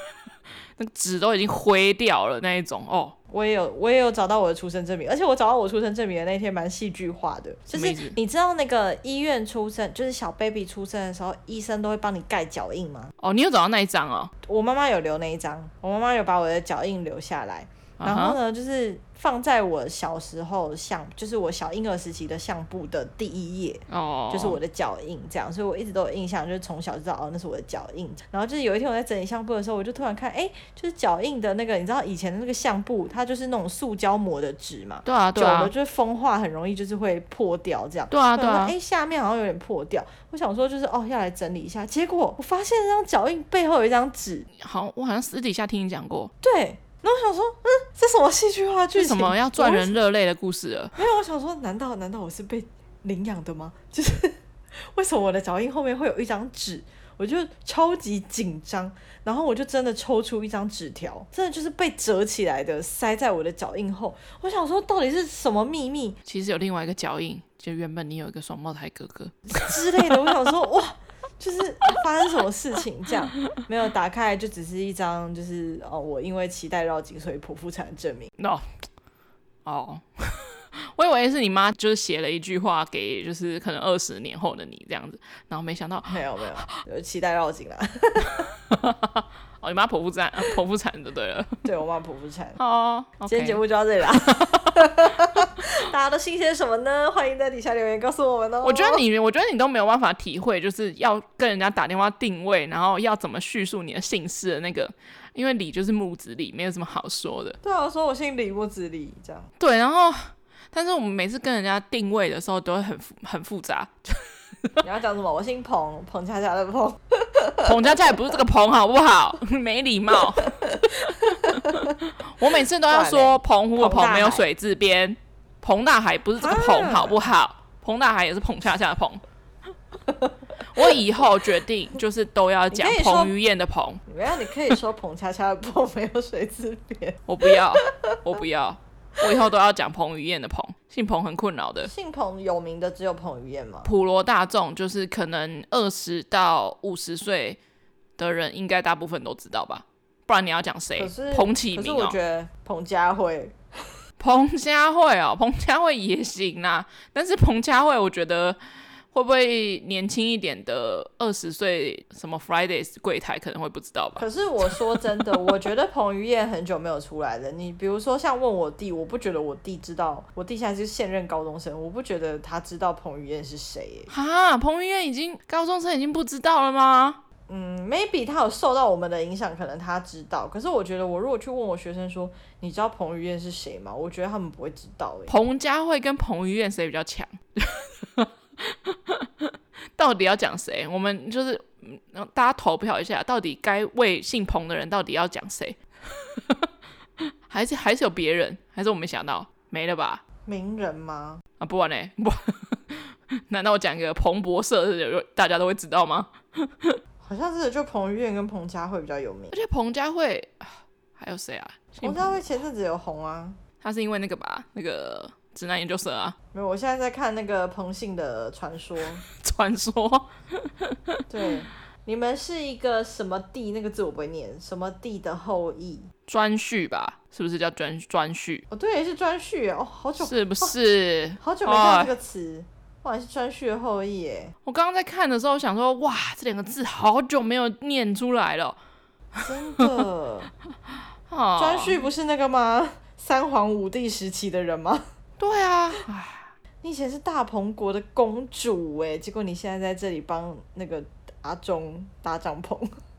B: 那个纸都已经灰掉了那一种哦。
A: 我也有，我也有找到我的出生证明，而且我找到我出生证明的那天蛮戏剧化的，就
B: 什么意
A: 是
B: 思
A: 你知道那个医院出生，就是小 baby 出生的时候，医生都会帮你盖脚印吗？
B: 哦，你有找到那一张哦？
A: 我妈妈有留那一张，我妈妈有把我的脚印留下来，
B: 啊
A: 然后呢，就是放在我小时候相，就是我小婴儿时期的相簿的第一页，
B: 啊哈哦，
A: 就是我的脚印这样，所以我一直都有印象，就是从小就知道哦，那是我的脚印。然后就是有一天我在整理相簿的时候，我就突然看，哎、就是脚印的那个，你知道以前的那个相簿，它就是那种塑胶膜的纸嘛，
B: 对啊，
A: 久
B: 对
A: 了
B: 啊，
A: 就是风化很容易就是会破掉这样。
B: 对啊，
A: 我
B: 对
A: 想说
B: 啊
A: 哎、，下面好像有点破掉，我想说就是哦，要来整理一下。结果我发现那张脚印背后有一张纸，
B: 好像，我好像私底下听你讲过，
A: 对。然后我想说，嗯，这什么戏剧化剧
B: 为
A: 情？
B: 什么要赚人热泪的故事了？
A: 没有，我想说，难道难道我是被领养的吗？ 就是为什么我的脚印后面会有一张纸？我就超级紧张，然后我就真的抽出一张纸条，真的就是被折起来的，塞在我的脚印后。我想说，到底是什么秘密
B: 其实有另外一个脚印，就原本你有一个双胞胎哥哥，
A: 之类的？我想说，哇，就是发生什么事情这样？没有打开，就只是一张，就是哦，我因为脐带绕颈所以剖腹产的证明。
B: 哦，哦， 我以为是你妈就是写了一句话给就是可能二十年后的你这样子，然后没想到
A: 没有没有，有脐带绕颈啦。
B: 哦，你妈剖腹产，呃剖腹产就对了。
A: 对我妈剖腹产，
B: 哦
A: 今天节
B: ，OK。
A: 目就到这 里啦，大家都新鲜什么呢？欢迎在底下留言告诉我们哦。
B: 我觉得你，我觉得你都没有办法体会，就是要跟人家打电话定位，然后要怎么叙述你的姓氏的那个，因为李就是木子李，没有什么好说的。
A: 对啊，我说我姓李，木子李，这样
B: 对，然后，但是我们每次跟人家定位的时候都会很复很复杂，
A: 你要讲什么？我姓彭，彭恰恰的彭。
B: 彭佳佳也不是这个彭，好不 好？没礼貌。我每次都要说澎湖的
A: 彭大
B: 澎
A: 海
B: 没有水字边，彭大海不是这个彭，
A: 啊
B: 好不好？彭大海也是彭恰恰的彭。我以后决定就是都要讲
A: 你可以说
B: 彭于晏的彭，
A: 没有，你可以说彭恰恰的彭，没有水字 边。
B: 我 不要，我不要，我以后都要讲彭于晏的彭。姓彭很困扰的，
A: 姓彭有名的只有彭于晏吗？
B: 普罗大众就是可能二十到五十岁的人，应该大部分都知道吧？不然你要讲谁
A: 可是？
B: 彭启
A: 可是
B: 明
A: 我
B: 哦
A: 觉。得彭佳慧，
B: 彭佳慧哦， 彭佳慧也行啦，但是彭佳慧我觉得会不会年轻一点的二十岁什么 Fridays 柜台可能会不知道吧？
A: 可是我说真的，我觉得彭于晏很久没有出来 了。你比如说像问我弟，我不觉得我弟知道，我弟现在是现任高中生，我不觉得他知道彭于晏是谁耶、
B: 啊，彭于晏已经高中生已经不知道了吗？
A: 嗯，maybe 他有受到我们的影响，可能他知道。可是我觉得，我如果去问我学生说，你知道彭于晏是谁吗？我觉得他们不会知道、欸。
B: 彭佳慧跟彭于晏谁比较强？ 到底要讲谁？我们就是嗯大家投票一下，到底该为姓彭的人到底要讲谁？ 还是还是有别人？还是我没想到？没了吧？
A: 名人吗？
B: 啊，不玩嘞、 不玩。难道我讲一个彭博社有大家都会知道吗？
A: 好像是就彭于晏跟彭佳慧比较有名
B: 而。且彭佳慧啊还有谁啊？姓
A: 彭佳慧前阵子有红啊。
B: 他是因为那个吧，那个直男研究社啊，
A: 没有，我现在在看那个彭姓的传说。
B: 传说
A: 对，你们是一个什么帝？那个字我不会念，什么帝的后裔？
B: 专序吧，是不是叫专专序？
A: 哦，对，是颛顼耶。哦，好久
B: 是不是？哦
A: 好久没看到这个词。哇，你是颛顼的后裔耶，
B: 我刚刚在看的时候想说，哇，这两个字好久没有念出来了。
A: 真的。
B: 啊，
A: 颛顼不是那个吗？ 三皇五帝时期的人吗？
B: 对啊，唉
A: 你以前是大鹏国的公主哎，结果你现在在这里帮那个阿忠搭帐篷，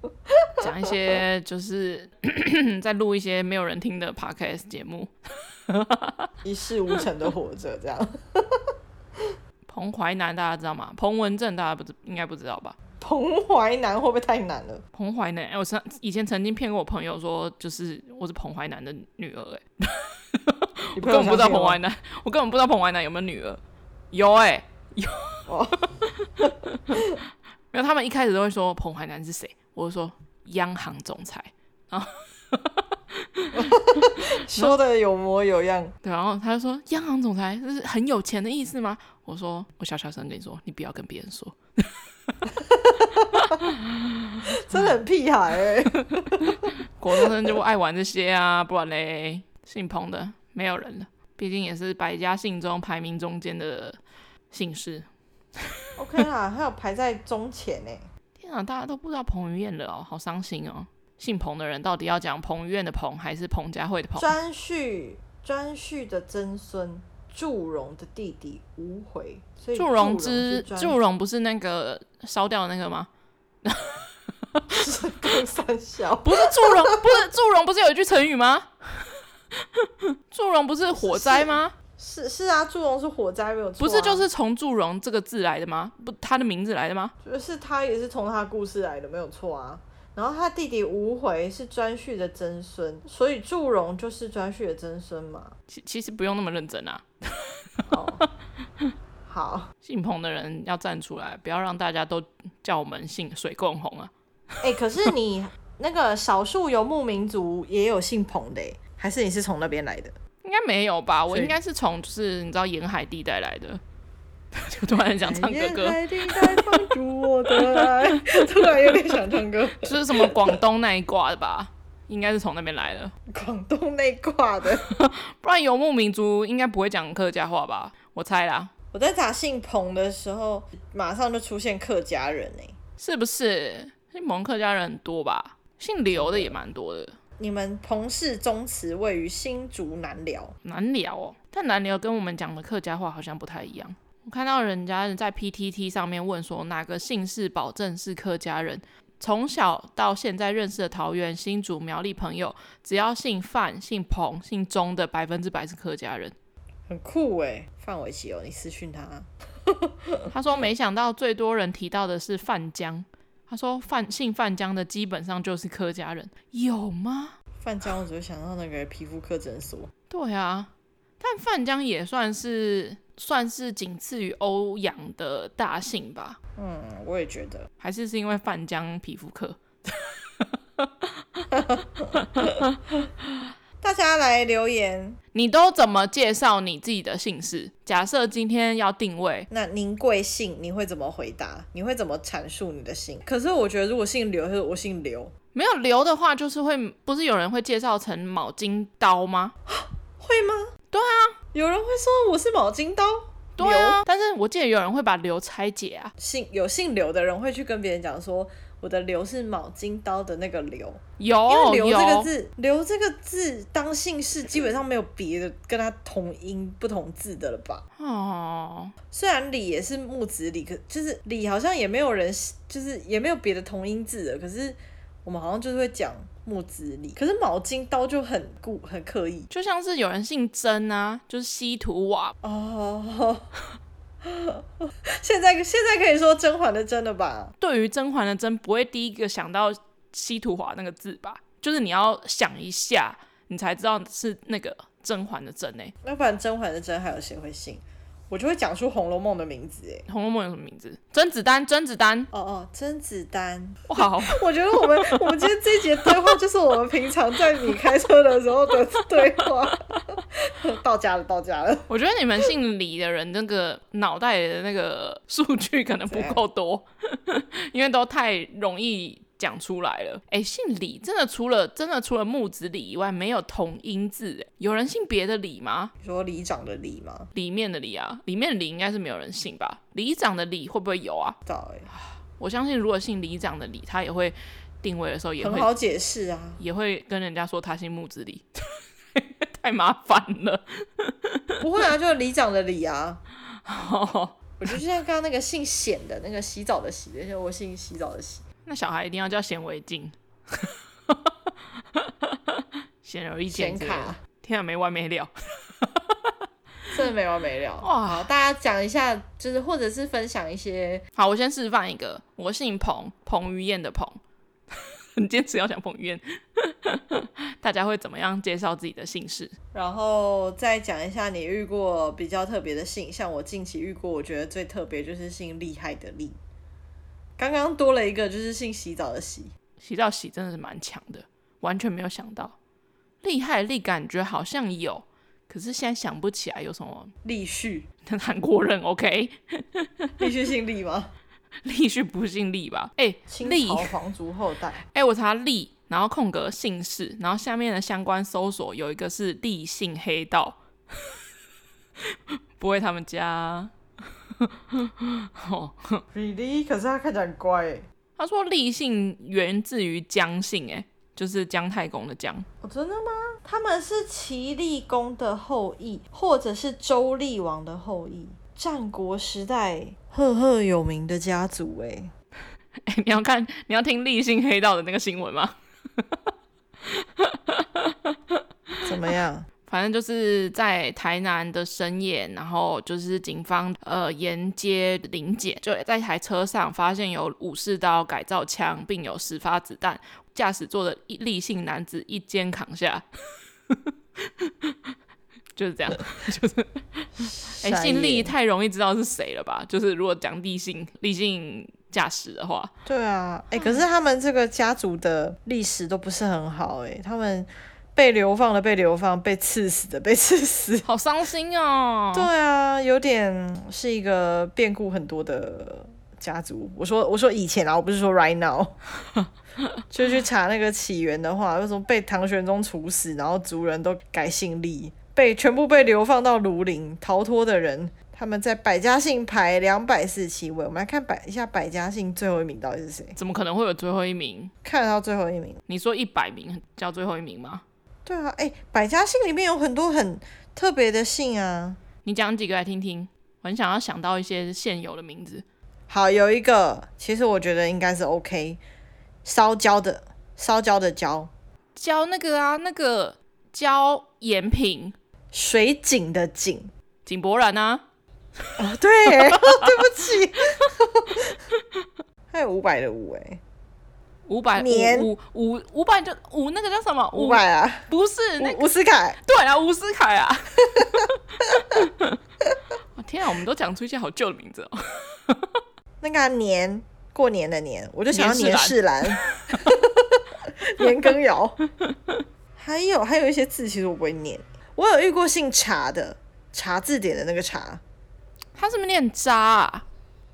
B: 讲一些就是 在录一些没有人听的 podcast 节目。
A: 一事无成的活着这样。
B: 彭淮南大家知道吗？彭文正大家不知应该不知道吧？
A: 彭淮南会不会太难了？
B: 彭淮南，哎、我曾以前曾经骗过我朋友说，就是我是彭淮南的女儿、哎，
A: 你
B: 我根本不知道彭
A: 彭
B: 淮南，我根本不知道彭淮南有没有女儿，有哎、有，
A: 哦
B: 没有，他们一开始都会说彭淮南是谁，我就说央行总裁，
A: 说的有模有样，
B: 对，然后他就说央行总裁这是很有钱的意思吗？我说我小小声跟你说，你不要跟别人说，
A: 真的很屁孩哎。
B: 国中生就爱玩这些啊，不然嘞，姓彭的没有人了，毕竟也是百家姓中排名中间的姓氏。
A: OK 啦，还有排在中前呢、
B: 天啊，大家都不知道彭于晏了哦，好伤心哦。姓彭的人到底要讲彭于晏的彭，还是彭佳慧的彭？
A: 颛顼，颛顼的曾孙祝融的弟弟无悔，所以
B: 祝融之祝
A: 祝
B: 融不是那个烧掉的那个吗？
A: 是更 三小，
B: 不是祝融，不是祝融，不是有一句成语吗？祝融不是火灾吗？
A: 是是啊，祝融是火灾没有错、
B: 不
A: 啊，
B: 是就是从祝融这个字来的吗？不，他的名字来的吗？
A: 就是他也是从他的故事来的，没有错啊。然后他弟弟无悔是颛顼的曾孙，所以祝融就是颛顼的曾孙嘛。
B: 其其实不用那么认真啊。
A: 哦，好，
B: 姓彭的人要站出来，不要让大家都叫我们姓水共红啊！
A: 哎、可是你那个少数游牧民族也有姓彭的、欸，还是你是从那边来的？
B: 应该没有吧？我
A: 所以
B: 应该是从就是你知道沿海地带来的， 就突然想唱
A: 在
B: 哥
A: 沿
B: 哥，
A: 海地带放逐我的爱， 突然有点想唱歌。
B: 就是什么广东那一挂的吧？应该是从那边来的，
A: 广东那挂的，
B: 不然游牧民族应该不会讲客家话吧？我猜啦，
A: 我在打姓彭的时候，马上就出现客家人哎、
B: 是不是？姓蒙客家人很多吧？姓刘的也蛮多的，
A: 你们彭氏宗祠位于新竹南寮，
B: 难聊哦。但难聊跟我们讲的客家话好像不太一样。我看到人家在 PTT 上面问说哪个姓氏保证是客家人，从小到现在认识的桃园、新竹、苗栗朋友，只要姓范、姓彭、姓钟的，百分之百是客家人。
A: 很酷哎、范玮琪哦，你私讯他，
B: 他说没想到最多人提到的是范江。他说范姓范江的基本上就是客家人，有吗？
A: 范江，我只会想到那个皮肤科诊所，
B: 对啊，但范江也算是算是仅次于欧阳的大姓吧？
A: 嗯，我也觉得，
B: 还是是因为范江皮肤科？
A: 大家来留言，
B: 你都怎么介绍你自己的姓氏？假设今天要定位，
A: 那您贵姓？你会怎么回答？你会怎么阐述你的姓？可是我觉得，如果姓刘，就是我姓刘，
B: 没有刘的话，就是会不是有人会介绍成毛巾刀吗？
A: 会吗？
B: 对
A: 啊，有人会说我是毛巾刀。
B: 对啊，但是我记得有人会把刘拆解啊，
A: 姓有姓刘的人会去跟别人讲说，我的刘是毛巾刀的那个刘，
B: 有
A: 因为
B: 哦有
A: 刘这个字，刘这个字当姓氏基本上没有别的跟它同音不同字的了吧？
B: 哦，
A: 虽然李也是木子李，可就是李好像也没有人，就是也没有别的同音字的。可是我们好像就是会讲木子李，可是毛巾刀就很故很刻意
B: 就像是有人姓曾啊，就是西土瓦，
A: 哦。 现在现在可以说甄嬛的甄了吧？
B: 对于甄嬛的甄，不会第一个想到西土华那个字吧？就是你要想一下，你才知道是那个甄嬛的甄呢、欸
A: 要不然甄嬛的甄还有谁会信？我就会讲出《红楼梦》的名字哎。
B: 《红楼梦》有什么名字？甄子丹，甄子丹，
A: 哦哦，甄子丹。
B: 哇，好
A: 我觉得我们我们今天这一节对话就是我们平常在你开车的时候的对话。 到家了，到家了。
B: 我觉得你们姓李的人，那个脑袋的那个数据可能不够多， 因为都太容易讲出来了。哎、姓李真的除了真的除了木子李以外，没有同音字诶。有人姓别的李吗？
A: 你说里长的里吗？
B: 里面的李啊，里面的李应该是没有人姓吧？里长的李会不会有啊？
A: 不知道哎、
B: 我相信，如果姓李长的李，他也会定位的时候也
A: 很
B: 会
A: 好解释啊。
B: 也会跟人家说他姓木子李， 太麻烦了。
A: 不会啊，就是里长的里啊。
B: 哦，
A: 我觉得就像刚刚那个姓显的那个洗澡的洗，而且我姓洗澡的洗，
B: 那小孩一定要叫显微镜， 显而易见
A: 显
B: 之类的。
A: 卡，
B: 天啊，没完没了。
A: 真的没完没了。
B: 哇
A: 好，大家讲一下，就是或者是分享一些，
B: 好，我先示范一个，我姓彭，彭于晏的彭。 很坚持要讲彭于晏，大家会怎么样介绍自己的姓氏？
A: 然后再讲一下你遇过比较特别的姓，像我近期遇过，我觉得最特别就是姓厉害的厉。刚刚多了一个，就是姓洗澡的洗，
B: 洗到洗真的是蛮强的，完全没有想到。厉害力感觉好像有，可是现在想不起来有什么。
A: 立 旭，
B: 韩国人 OK，
A: 立旭姓厉吗？
B: 力是不姓力吧？哎、
A: 清
B: 力
A: 朝皇族后代，
B: 哎、我查力然后空格姓氏，然后下面的相关搜索有一个是立信黑道， 不会他们家。哦，
A: 比利，可是他看起来很乖哎。
B: 他说立信源自于姜姓，哎，就是姜太公的姜。
A: 哦，真的吗？他们是齐厉公的后裔，或者是周厉王的后裔，战国时代赫赫有名的家族哎、
B: 哎、你要看，你要听立信黑道的那个新闻吗？
A: 怎么样？
B: 反正就是在台南的深夜，然后就是警方呃沿街临检，就在一台车上发现有武士刀、改造枪，并有十发子弹，驾驶座的一立姓男子一肩扛下，就是这样。 哎、
A: 傻
B: 姓立
A: 眼
B: 太容易知道是谁了吧？就是如果讲立姓立姓驾驶的话，
A: 对啊，哎、可是他们这个家族的历史都不是很好哎、他们被流放的被流放，被刺死的被刺死。
B: 好伤心哦。
A: 对啊，有点是一个变故很多的家族。我说我说以前啊，我不是说 right now，就去查那个起源的话，为什么被唐玄宗处死，然后族人都改姓厉，被全部被流放到庐陵，逃脱的人。他们在百家姓排两百四十七位，我们来看百一下百家姓最后一名到底是谁？
B: 怎么可能会有最后一名？
A: 看到最后一名。
B: 你说一百名叫最后一名吗？
A: 对啊，哎、百家姓里面有很多很特别的姓啊。
B: 你讲几个来听听，我很想要想到一些现有的名字。
A: 好，有一个，其实我觉得应该是 OK，烧焦的，烧焦的焦，
B: 教那个啊，那个教延平、
A: 水井的井。
B: 井柏然啊，
A: 哦，对耶，对不起， 还有五百的五哎，
B: 五百
A: 年
B: 五五五五百就五那个叫什么？
A: 五百啊，
B: 不是那
A: 吴吴思凯，
B: 对啊，吴思凯啊。 我天啊，我们都讲出一些好旧的名字哦。
A: 那个啊年过年的年，我就想要
B: 年
A: 年
B: 世
A: 世兰， 年羹尧，还有还有一些字其实我不会念，我有遇过姓查的，查字典的那个查，
B: 他是不是念渣啊？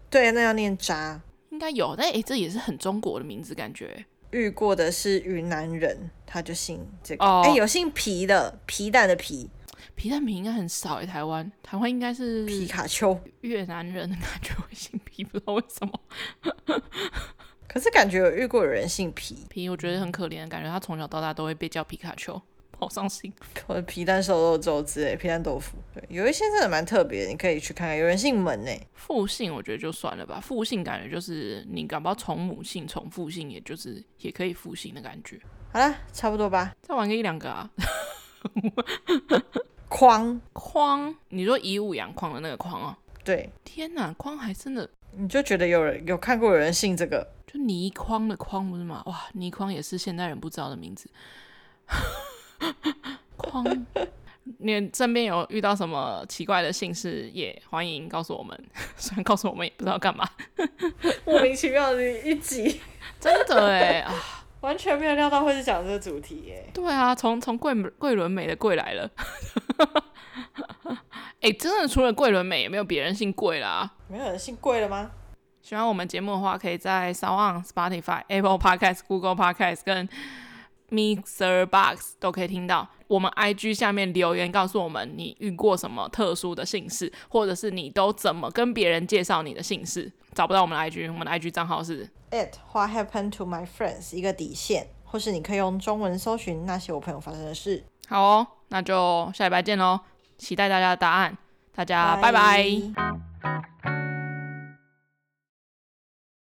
A: 对，那要念渣。
B: 应该有，但诶、这也是很中国的名字感觉。
A: 遇过的是云南人，他就姓这个，哎、
B: 哦
A: 有姓皮的，皮蛋的皮，
B: 皮蛋皮应该很少诶、台湾台湾应该是
A: 皮卡丘。
B: 越南人的感觉会姓皮，不知道为什么。
A: 可是感觉有遇过有人姓皮，
B: 皮，我觉得很可怜的感觉，他从小到大都会被叫皮卡丘，好伤心。
A: 或者皮蛋瘦肉粥之类，皮蛋豆腐。对，有一些真的蛮特别的，你可以去看看。有人姓门呢、欸
B: 复姓我觉得就算了吧，复姓感觉就是你搞不好从母姓从父姓，也就是也可以复姓的感觉。
A: 好啦，差不多吧。
B: 再玩个一两个啊，
A: 框，
B: 匡，你说以武扬匡的那个匡啊，
A: 对，
B: 天哪，匡还真的
A: 你就觉得有人有看过有人姓这个，
B: 就倪匡的匡不是吗？哇，倪匡也是现代人不知道的名字。 匡，你身边有遇到什么奇怪的姓氏，也欢迎告诉我们。 虽然告诉我们也不知道干嘛，
A: 莫名其妙的一集，
B: 真的哎啊，
A: 完全没有料到会是讲这个主题耶、
B: 对啊，从从桂美桂纶镁的桂来了。 哎、真的除了桂纶镁，也没有别人姓桂啦。
A: 没有人姓贵了吗？
B: 喜欢我们节目的话，可以在 s o n Spotify、Apple Podcast、Google Podcast 跟 Mixer Box 都可以听到。我们 IG 下面留言告诉我们你遇过什么特殊的姓氏，或者是你都怎么跟别人介绍你的姓氏。找不到我们的 IG，我们的 IG 账号是
A: at what happened to my friends 一个底线，或是你可以用中文搜寻那些我朋友发生的事。
B: 好哦，那就下礼拜见喽，期待大家的答案。大家拜拜